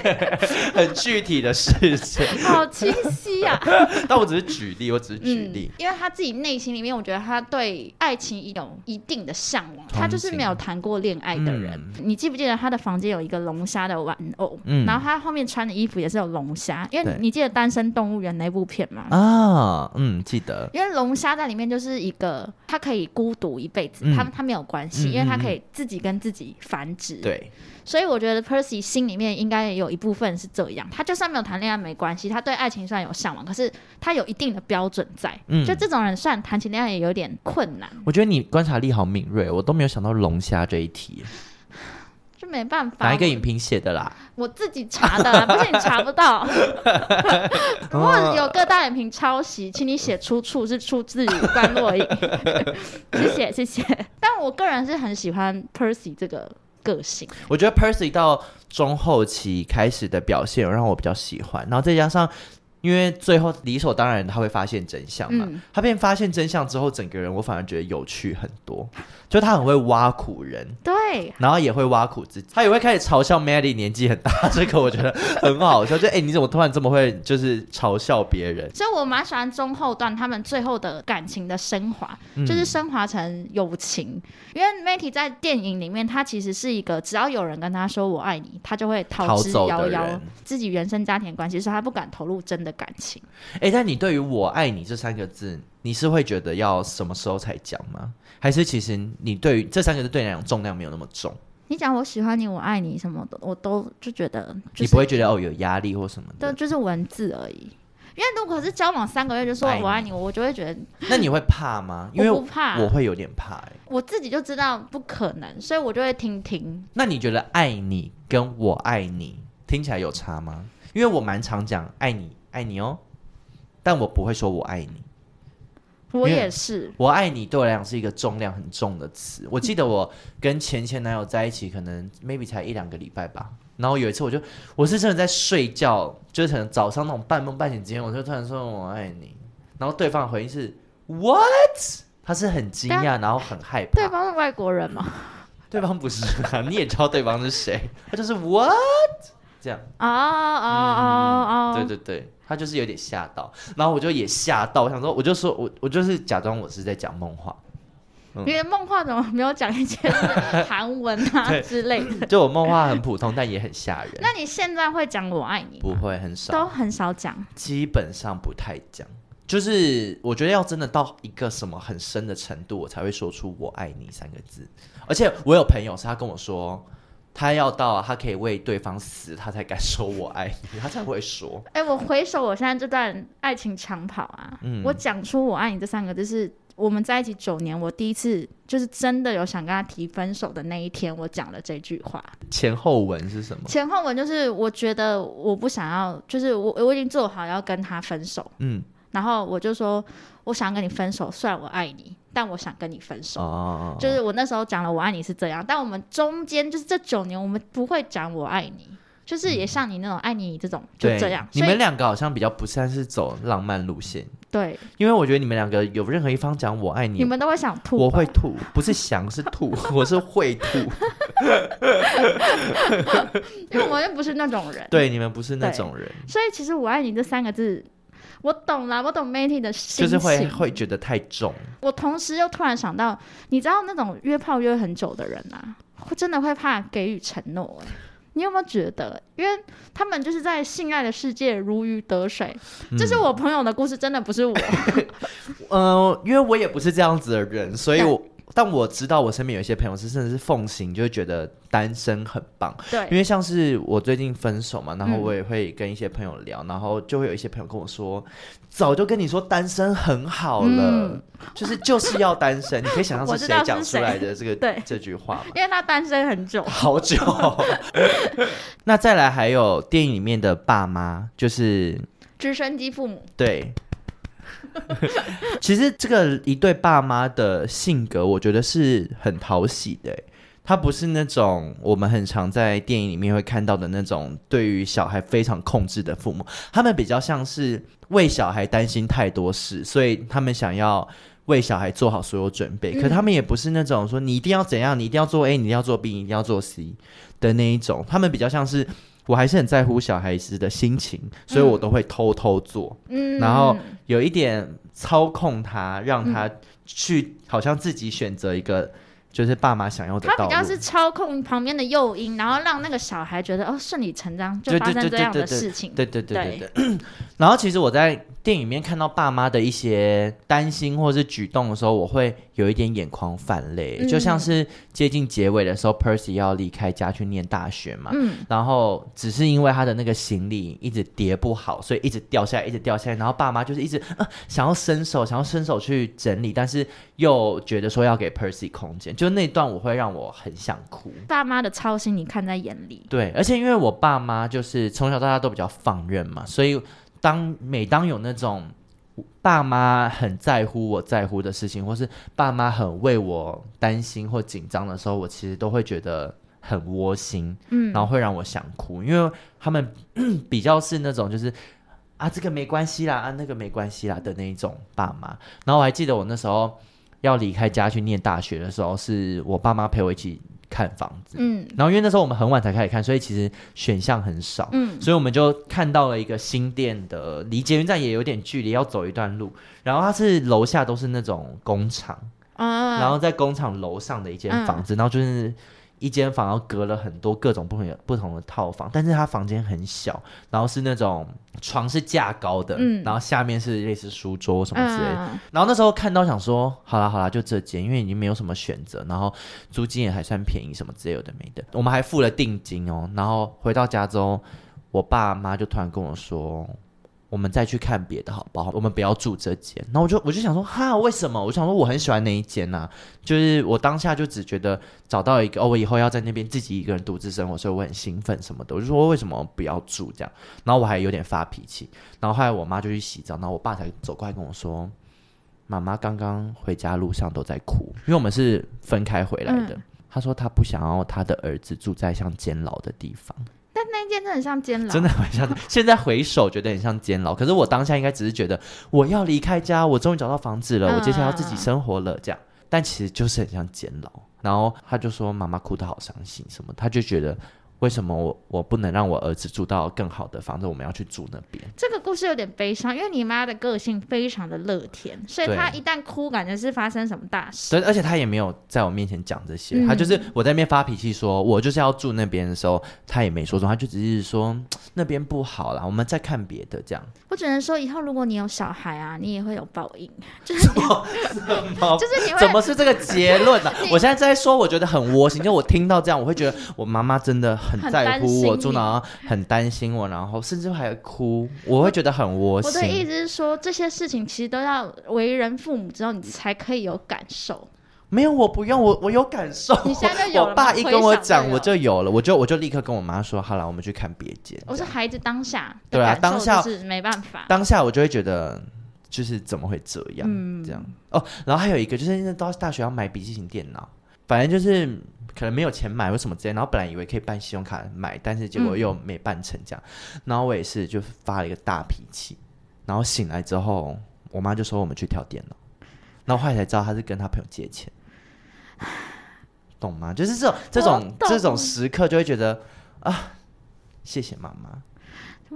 很具体的事情。好清晰 呀、啊！但我只是举例，我只是举嗯例，，因为他自己内心里面，我觉得他对爱情一种一定的向往，他就是没有谈过恋爱的人。你记不记得他的房间有一个龙虾的玩偶？嗯然后他后面穿的衣服也是有龙虾，因为对你记得《单身动物园》那部片吗？啊，嗯，记得，因为龙虾在里面就是一个，它可以孤独一辈子嗯，它它没有关系，嗯因为它嗯嗯可以自己跟自己繁殖。，对，所以我觉得 Percy 心里面应该也有一部分是这样，他就算没有谈恋爱没关系，他对爱情虽然有向往，可是他有一定的标准在。嗯就这种人，虽然谈起恋爱也有点困难，我觉得你观察力好敏锐，我都没有想到龙虾这一题，就没办法。哪一个影评写的啦？我自己查 的啊，不是你查不到。如果哦有各大影评抄袭，请你写出处是出自于关洛 影，谢谢谢谢。但我个人是很喜欢 Percy 这个个性，我觉得 Percy 到中后期开始的表现有让我比较喜欢，然后再加上。因为最后理所当然他会发现真相嘛，嗯他便发现真相之后，整个人我反而觉得有趣很多，就他很会挖苦人，对，然后也会挖苦自己，他也会开始嘲笑 Maddie 年纪很大，这个我觉得很好笑，就 哎、你怎么突然这么会就是嘲笑别人？所以我蛮喜欢中后段他们最后的感情的升华，嗯就是升华成友情。因为 Matty 在电影里面，他其实是一个只要有人跟他说我爱你，他就会逃之逃走的夭夭人。自己原生家庭的关系，所以他不敢投入真的感情。哎、但你对于“我爱你”这三个字，你是会觉得要什么时候才讲吗？还是其实你对于这三个字对你来讲重量没有那么重，你讲我喜欢你，我爱你什么的，我都就觉得、就是、你不会觉得哦有压力或什么对，的？就是文字而已。因为如果是交往三个月就说爱你我爱你，我就会觉得那你会怕吗？因为我不怕我会有点怕、欸。我自己就知道不可能，所以我就会听听。那你觉得“爱你”跟我爱你听起来有差吗？因为我蛮常讲“爱你，爱你哦”，但我不会说我爱你。我因为也是，我爱你对我来讲是一个重量很重的词。我记得我跟前前男友在一起，可能 maybe 才一两个礼拜吧。然后有一次，我就我是真的在睡觉，就是可能早上那种半梦半醒之间，我就突然说我爱你，然后对方的回应是 what？他是很惊讶，然后很害怕。对方是外国人嘛？对方不是啊， 你也知道对方是谁，他就是 what？这样，哦哦哦嗯对哦，对对，他就是有点吓到，然后我就也吓到，我想说，我就说我我就是假装我是在讲梦话，嗯因为梦话怎么没有讲一些就是韩文啊 对之类的？就我梦话很普通，但也很吓人。那你现在会讲我爱你不吗？会很都少，很少讲，基本上不太讲。就是我觉得要真的到一个什么很深的程度，我才会说出“我爱你”三个字。而且我有朋友是他跟我说，他要到他可以为对方死，他才敢说“我爱你”，他才会说。哎、我回首我现在这段爱情长跑啊，嗯我讲出“我爱你”这三个字是我们在一起九年，我第一次就是真的有想跟他提分手的那一天，我讲了这句话。前后文是什么？前后文就是我觉得我不想要，就是我我已经做好要跟他分手，嗯，然后我就说我想跟你分手，虽然我爱你，但我想跟你分手。哦，就是我那时候讲了“我爱你”是这样，但我们中间就是这九年，我们不会讲“我爱你”，就是也像你那种“爱你”这种，就嗯对这样。你所以们两个好像比较不算是走浪漫路线，对因为我觉得你们两个有任何一方讲“我爱你你”，们都会想吐吧，我会吐，不是想是吐，我是会 吐。因为我又不是那种人。对，你们不是那对种人。所以其实“我爱你”这三个字，我懂啦，我懂 Matty 的心就是情。会会觉得太重，我同时又突然想到，你知道那种约炮约很久的人啊，会真的会怕给予承诺、欸。你有没有觉得？因为他们就是在性爱的世界如鱼得水。嗯这是我朋友的故事，真的不是 我。呃，因为我也不是这样子的人，所以对我但我知道我身边有一些朋友是甚至是奉行，就会觉得单身很棒，因对，为像是我最近分手嘛，然后嗯我也会跟一些朋友聊，然后就会有一些朋友跟我说，早就跟你说单身很好了，嗯就是就是要单身，你可以想 象我是知道谁是讲出谁来的这个对这句话吗？因为他单身很久。好久。 那再来还有电影里面的爸妈，就是直升机父母，对， 其实这个一对爸妈的性格，我觉得是很讨喜的欸。他不是那种我们很常在电影里面会看到的那种对于小孩非常控制的父母，他们比较像是为小孩担心太多事，所以他们想要为小孩做好所有准备。可他们也不是那种说你一定要怎样，你一定要做 A，你一定要做 B，你一定要做 C 的那一种。他们比较像是我还是很在乎小孩子的心情，所以我都会偷偷做。嗯嗯然后有一点操控他，让他去好像自己选择一个就是爸妈想要的他道比路。较是操控旁边的诱因，然后让那个小孩觉得哦顺理成章就对发对生对这对样对的对事情。对对对对对。 然后其实我在电影里面看到爸妈的一些担心或是举动的时候，我会有一点眼眶泛泪，嗯就像是接近结尾的时候，Percy 要离开家去念大学嘛。嗯，然后只是因为他的那个行李一直叠不好，所以一直掉下来，一直掉下来。然后爸妈就是一直、呃、想要伸手，想要伸手去整理，但是又觉得说要给 Percy 空间，就那段我会让我很想哭。爸妈的操心你看在眼里。对，而且因为我爸妈就是从小到大都比较放任嘛，所以当每当有那种爸妈很在乎我在乎的事情，或是爸妈很为我担心或紧张的时候，我其实都会觉得很窝心，嗯然后会让我想哭，因为他们 比较是那种就是。啊，这个没关系啦，啊，那个没关系啦的那一种爸妈。然后我还记得我那时候要离开家去念大学的时候，是我爸妈陪我一起看房子。嗯然后因为那时候我们很晚才开始看，所以其实选项很少，嗯所以我们就看到了一个新店的，离捷运站也有点距离，要走一段路。然后它是楼下都是那种工厂，啊，然后在工厂楼上的一间房嗯子，然后就是一间房，然后隔了很多各种不同的不同的套房，但是它房间很小，然后是那种床是架高的，嗯然后下面是类似书桌什么之类的。嗯然后那时候看到想说，好啦好啦，就这间，因为已经没有什么选择，然后租金也还算便宜，什么之类有的没的。我们还付了定金哦。然后回到家之后，我爸妈就突然跟我说，我们再去看别的好不好？我们不要住这间。然后我就我就想说，哈，为什么？我想说我很喜欢那一间呐、就是我当下就只觉得找到一个哦，我以后要在那边自己一个人独自生活，所以我很兴奋什么的。我就说为什么不要住这样？然后我还有点发脾气。然后后来我妈就去洗澡，然后我爸才走过来跟我说。妈妈刚刚回家路上都在哭，因为我们是分开回来的。她说她不想要她的儿子住在像监牢的地方，但那一件真的很像监牢，真的很像。现在回首觉得很像监牢，可是我当下应该只是觉得我要离开家，我终于找到房子了，嗯我接下来要自己生活了，这样。但其实就是很像监牢。然后她就说妈妈哭得好伤心什么，她就觉得为什么我我不能让我儿子住到更好的房子，我们要去住那边。这个故事有点悲伤，因为你妈的个性非常的乐天，所以对她一旦哭，感觉是发生什么大事。对，而且他也没有在我面前讲这些，嗯他就是我在那边发脾气说，我就是要住那边的时候，他也没说什么，他就只是说嘖那边不好啦，我们再看别的这样。 我只能说，以后如果你有小孩啊，你也会有报应，就是你好就是你 怎会么哦是这个结 论呢、我现在在说，我觉得很窝心，就我听到这样，我会觉得我妈妈真的很很在担心乎我你住哪，很担心我，然后甚至还哭，我会觉得很窝我的意心。思是说，这些事情其实都要为人父母之后，你才可以有感受。没有，我不用，我我有感受。你现在就有了我吗爸一跟我回想讲，有我就有了，我就我就立刻跟我妈说，好了，我们去看别间。我是孩子当下的对感啊受，当下就是没办法。当下我就会觉得，就是怎么会这样？嗯这样哦。然后还有一个就是，那到大学要买笔记型电脑，反正就是可能没有钱买或什么之类。然后本来以为可以办信用卡买，但是结果又没办成这样。然后我也是就发了一个大脾气，然后醒来之后，我妈就说我们去挑电脑，然后后来才知道她是跟她朋友借钱。懂吗？就是这种这种哦我懂这种时刻，就会觉得啊，谢谢妈妈，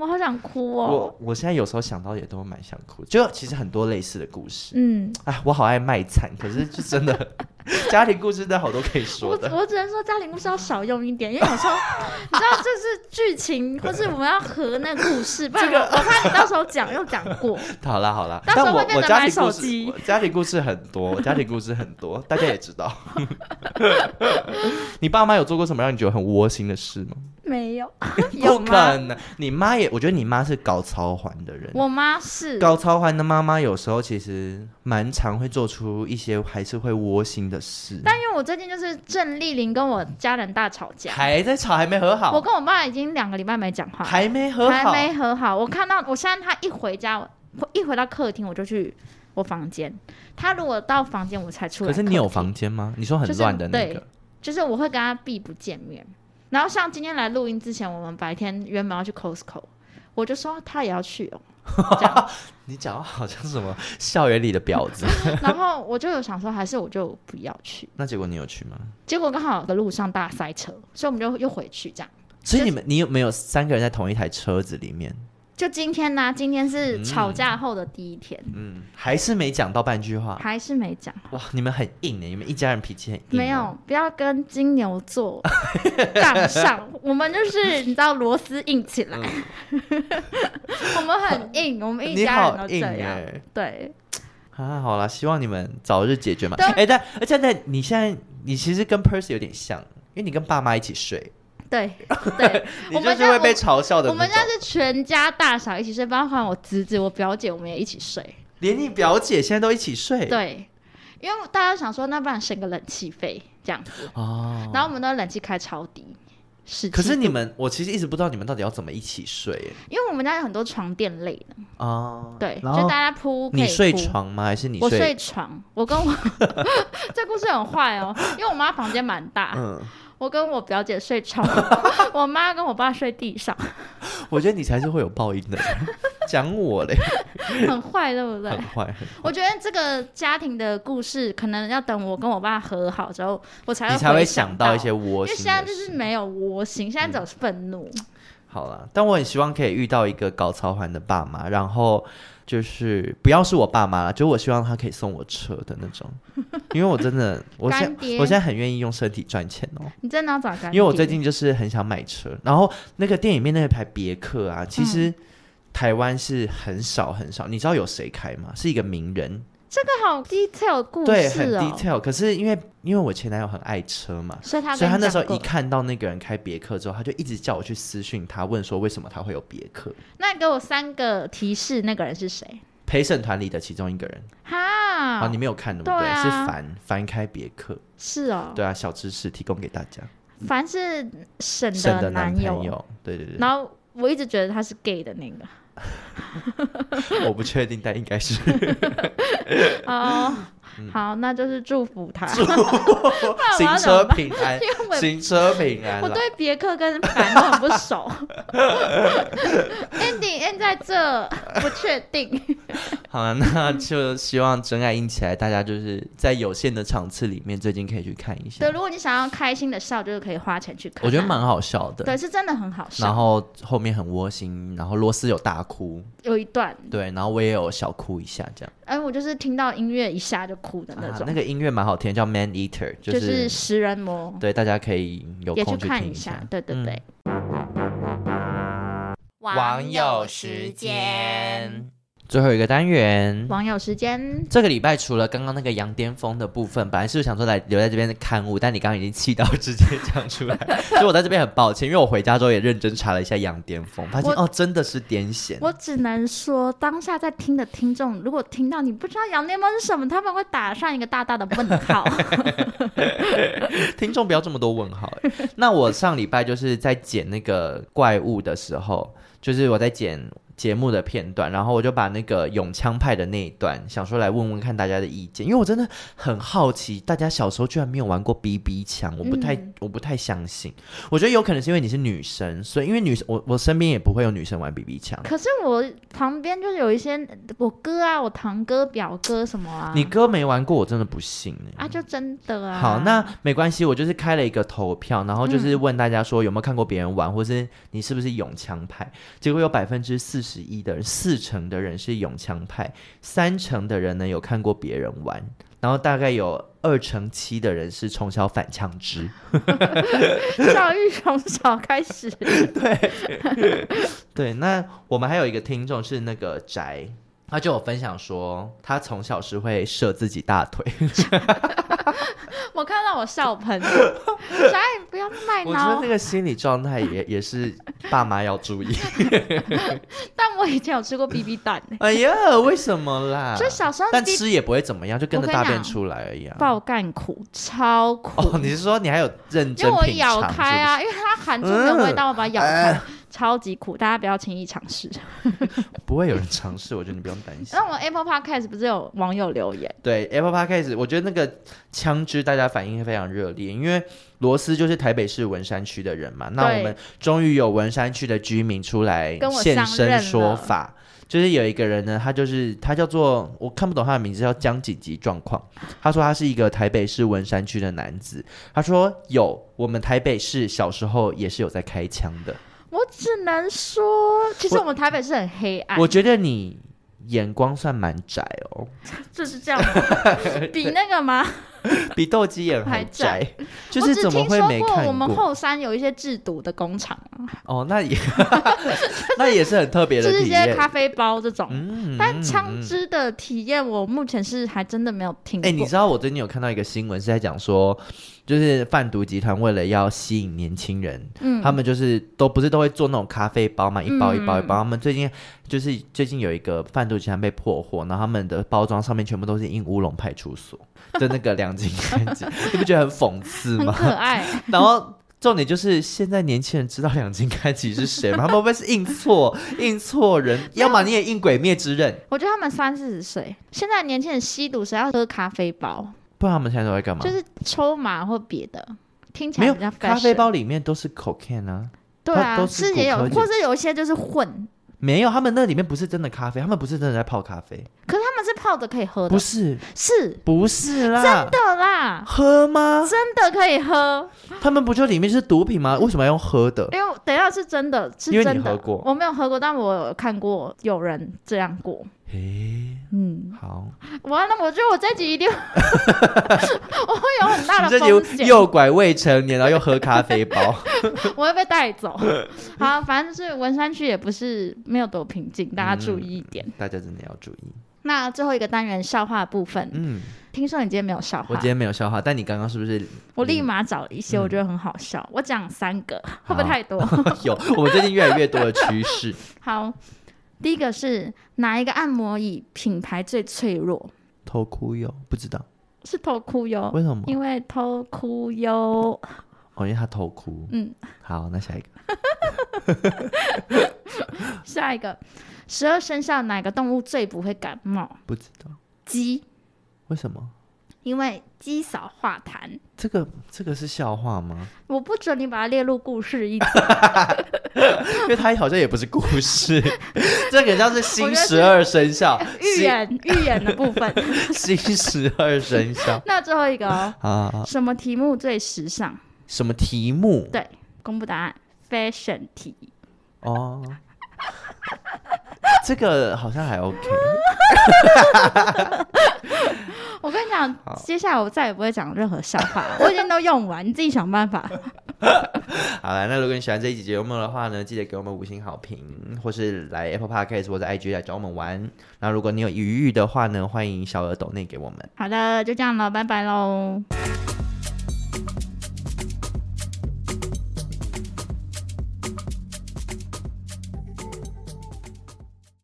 我好想哭哦。我我现在有时候想到也都蛮想哭，就其实很多类似的故事。嗯，哎，我好爱卖惨，可是就真的 家庭故事真的好多可以我说的。我只能说家庭故事要少用一点，因为有时 候你知道这是剧情，或是我们要合那个故事，不然我,、我怕你到时候讲又讲 过。好啦好啦，到时候但我会变我成家买庭故手事机我家庭故事很多， 我家庭故事很多，大家也知道。 你爸妈有做过什么让你觉得很窝心的事吗？没有，有不可吗？能，啊你妈也，我觉得你妈是搞超环的人。我嗯妈是，高超环的妈妈有时候其实蛮常会做出一些还是会窝心的事，但因为我最近就是郑丽玲跟我家人大吵架，还在吵，还没和好啊我。跟我爸已经两个礼拜没讲话了，还没和好，还没和好。我看到我现在他一回家，我一回到客厅我就去我房间，他如果到房间我才出来。可是你有，房间吗？你说很乱的那就是个对，就是我会跟他避不见面。然后像今天来录音之前，我们白天原本要去 Costco，我就说他也要去哦，这样你讲话好像什么校园里的婊 子。然后我就有想说，还是我就不要去。那结果你有去吗？结果刚好路上大塞车，所以我们就又回去这样。所以你们你有没有三个人在同一台车子里面？就今天呢、今天是吵架后的第一天，嗯，还是没讲到半 句话。还是没讲。哇，你们很硬哎，你们一家人脾气很硬。啊没有，，不要跟金牛座杠上。我们就是你知道螺丝硬起来， 我们很硬，我们一嗯你家人好都硬这样。哎。对，啊，好啦，希望你们早日解决嘛。对哎、但而且但你现在你其实跟 Percy 有点像，因为你跟爸妈一起睡，对，对，你我就们是家会被嘲笑的我那们种家。是全家大小一起睡，包括我侄子、我表姐，我们也一起睡。连你表姐现在都一起睡。对，因为大家想说，那不然省个冷气费这样子，哦，然后我们的冷气开超低，是。可是你们，我其实一直不知道你们到底要怎么一起睡因为我们家有很多床垫类的，哎哦，对，然就后大家铺可以你睡铺床吗？还是你我睡？睡床，我跟我 这故事很坏哦，因为我妈房间蛮大，嗯，我跟我表姐睡 床，我妈跟我爸睡地上，我觉得你才是会有报应的人。 讲我嘞，很坏，对不对很？坏。我觉得这个家庭的故事，可能要等我跟我爸和好之后，我才你会才会回想到到一些。窝因为心现的在事。嗯就是没有窝心，现在只有愤怒。好啦，但我很希望可以遇到一个搞操环的爸妈，然后就是不要是我爸妈啦，就我希望他可以送我车的那种，因为我真的，我现干爹我现在很愿意用身体赚钱哦、你真的要找干爹？因为我最近就是很想买车，然后那个店里面那台别克啊，其嗯实台湾是很少很少，你知道有谁开吗？是一个名人，这个好 detail 的故对，很事哦， detail，可是因为因为我前男友很爱车嘛，所以他所跟以他你那讲时候过一看到那个人开别克之后，他就一直叫我去私讯他，问说为什么他会有别克。那你给我三个提示，那个人是谁？陪审团里的其中一个人。好、哈，你没有看对不对？对啊是凡凡开别克，是哦，对啊，小知识提供给大家。凡是沈沈的的男友，朋友，对对然后我一直觉得他是 gay 的那个。对，我不确定，但应该是哦，嗯好，那就是祝福他。行要怎车么办平 安因，为我也行车平安我啦。对别克跟凡都很不熟。Andy Andy 在这不确定，好了，那就希望真爱硬起来，大家就是在有限的场次里面，最近可以去看一对，下，如果你想要开心的笑，就是可以花钱去看啊。我觉得蛮好笑的。对，是真的很好然笑。后后面很窝心，然后罗斯有大哭，有一段，对，然后我也有小哭一下这样。哎，我就是听到音乐一下就哭的那啊种，那个音乐蛮好听，叫《Man Eater》，就是是食人魔，对，大家可以有也空去看听一下下。。对对嗯对，网友时间，最后一个单元。网友时间，这个礼拜除了刚刚那个羊癫疯的部分，本来是想说来留在这边看物，但你刚刚已经气到直接讲出来， 所以我在这边很抱歉，因为我回家之后也认真查了一下羊癫疯，发现我哦真的是癫痫。我只能说，当下在听的听众，如果听到你不知道羊癫疯是什么，他们会打上一个大大的问 号。听众不要这么多问号、 欸。那我上礼拜就是在剪那个怪物的时候，就是我在剪节目的片段，然后我就把那个永枪派的那一段想说来问问看大家的意见，因为我真的很好奇，大家小时候居然没有玩过 BB 枪，我不太、嗯我不太相信。我觉得有可能是因为你是女生，所以因为女生我我身边也不会有女生玩 BB 枪。可是我旁边就是有一些我哥啊，我堂哥、表哥什么啊，你哥没玩过，我真的不信、欸。啊，就真的啊。好，那没关系，我就是开了一个投票，然后就是问大家说有没有看过别人玩，或是你是不是永枪派？结果有百分之四十一的人，四成的人是永枪派，三成的人呢有看过别人玩，然后大概有二成七的人是从小反枪支。教育从小开始， 对，那我们还有一个听众是那个宅。他就有分享说，他从小是会射自己大腿，我看到我笑喷。小爱，不要卖我觉得脑那。个心理状态也也是爸妈要注意。 但我以前有吃过 BB 蛋、欸，哎呀，为什么啦？就小时候啊但 BB 吃也不会怎么样，就跟我着跟大你便讲出来而已啊。哦爆干苦，超苦。哦，你是说你还有认嗯因真为我品咬啊尝？开啊，因为它含住那个味道，我把它咬开，超级苦，大家不要轻易尝 试。不会有人尝试，我觉得你不用担心那。我们 Apple Podcast 不是有网友留言？对 Apple Podcast，我觉得那个枪支大家反应非常热烈，因为罗斯就是台北市文山区的人嘛，那我们终于有文山区的居民出来跟我现相认身了说法。就是有一个人呢，他就是他叫做我看不懂他的名字，叫江紧急状况。他说他是一个台北市文山区的男子，他说有我们台北市小时候也是有在开枪的。我只能说，其实我我们台北是很黑暗，我觉得你眼光算蛮窄哦，就是这样 吗，比那个吗？比斗鸡眼还还窄 窄，就我是只怎么听会说没过看我们后山有一些制毒的工厂啊，哦，那也 那也是很特别就的是体一些验。咖啡包这种。啊嗯但枪。支的体验，我目前是还真的没有听过。哎、你知道我最近有看到一个新闻，是在讲说，就是贩毒集团为了要吸引年轻人，嗯他们就是都不是都会做那种咖啡包嘛，一包一包一嗯包。他们最近就是最近有一个贩毒集团被破获，然后他们的包装上面全部都是印乌龙派出所的那个两金 三金，你不觉得很讽刺很吗？ 可爱，然后重点就是现在年轻人知道两金开启是谁吗？他们会不会是印错印错人？要么你也印鬼灭之刃，我觉得他们三四十岁，现在年轻人吸毒谁要喝咖啡包？不然他们现在都在干嘛？就是抽麻或别的，听起啊没来有比较 fashion 咖啡包里面都是 cocaine 啊，对都啊，是是也有骨，科或是有一些就是混，没有，他们那里面不是真的咖啡，他们不是真的在泡咖啡，可是他们是泡着可以喝的不，是是不是啦，的啦，喝吗？真的可以喝，他们不就里面是毒品吗？为什么要用喝 的？因为等一下是真的，是因为真你的。喝过我没有喝过，但我有看过有人这样过。诶，嗯，好，完了，我觉得我这集一定 我会有很大你的这风就险，诱拐未成年，然后又喝咖啡 包，我会被带走。好，反正就是文山区也不是没有多平静，大家注意一点。大家真的要注意。那最后一个单元笑话部分，嗯，听说你今天没有笑我话今，天没嗯有消化，但你刚刚是不是我立马找了一些，我觉得很好笑。我讲三个，会不会好太多？有， 我们最近越来越多的趋势。 好，第一个是哪一个按摩椅品牌最脆弱？偷哭哟，不知道是偷哭哟，为什么？哦因为偷哭哟。 哦，因为他偷哭。嗯，好，那下一个下一个，十二生肖哪个动物最不会感冒？不知道鸡，为什么？因为鸡少化痰。这个这个是笑话吗？我不准你把它列入故事一因为它好像也不是故事， 这个像是我新觉得是十二生肖，预演预演的部分。新 新十二生肖那最后一个哦，啊，什么题目最时尚？什么题目？对，公布答案，fashion 题。哦，这个好像还 OK。我跟你讲好，接下来我再也不会讲任何笑话了，我已经都用完，你自己想办法。好了，那如果你喜欢这一集节目的话呢，记得给我们五星好评，或是来 Apple Podcast 或者 IG 来找我们玩。那如果你有余裕的话呢，欢迎小额抖内给我们。好的，就这样了，拜拜喽。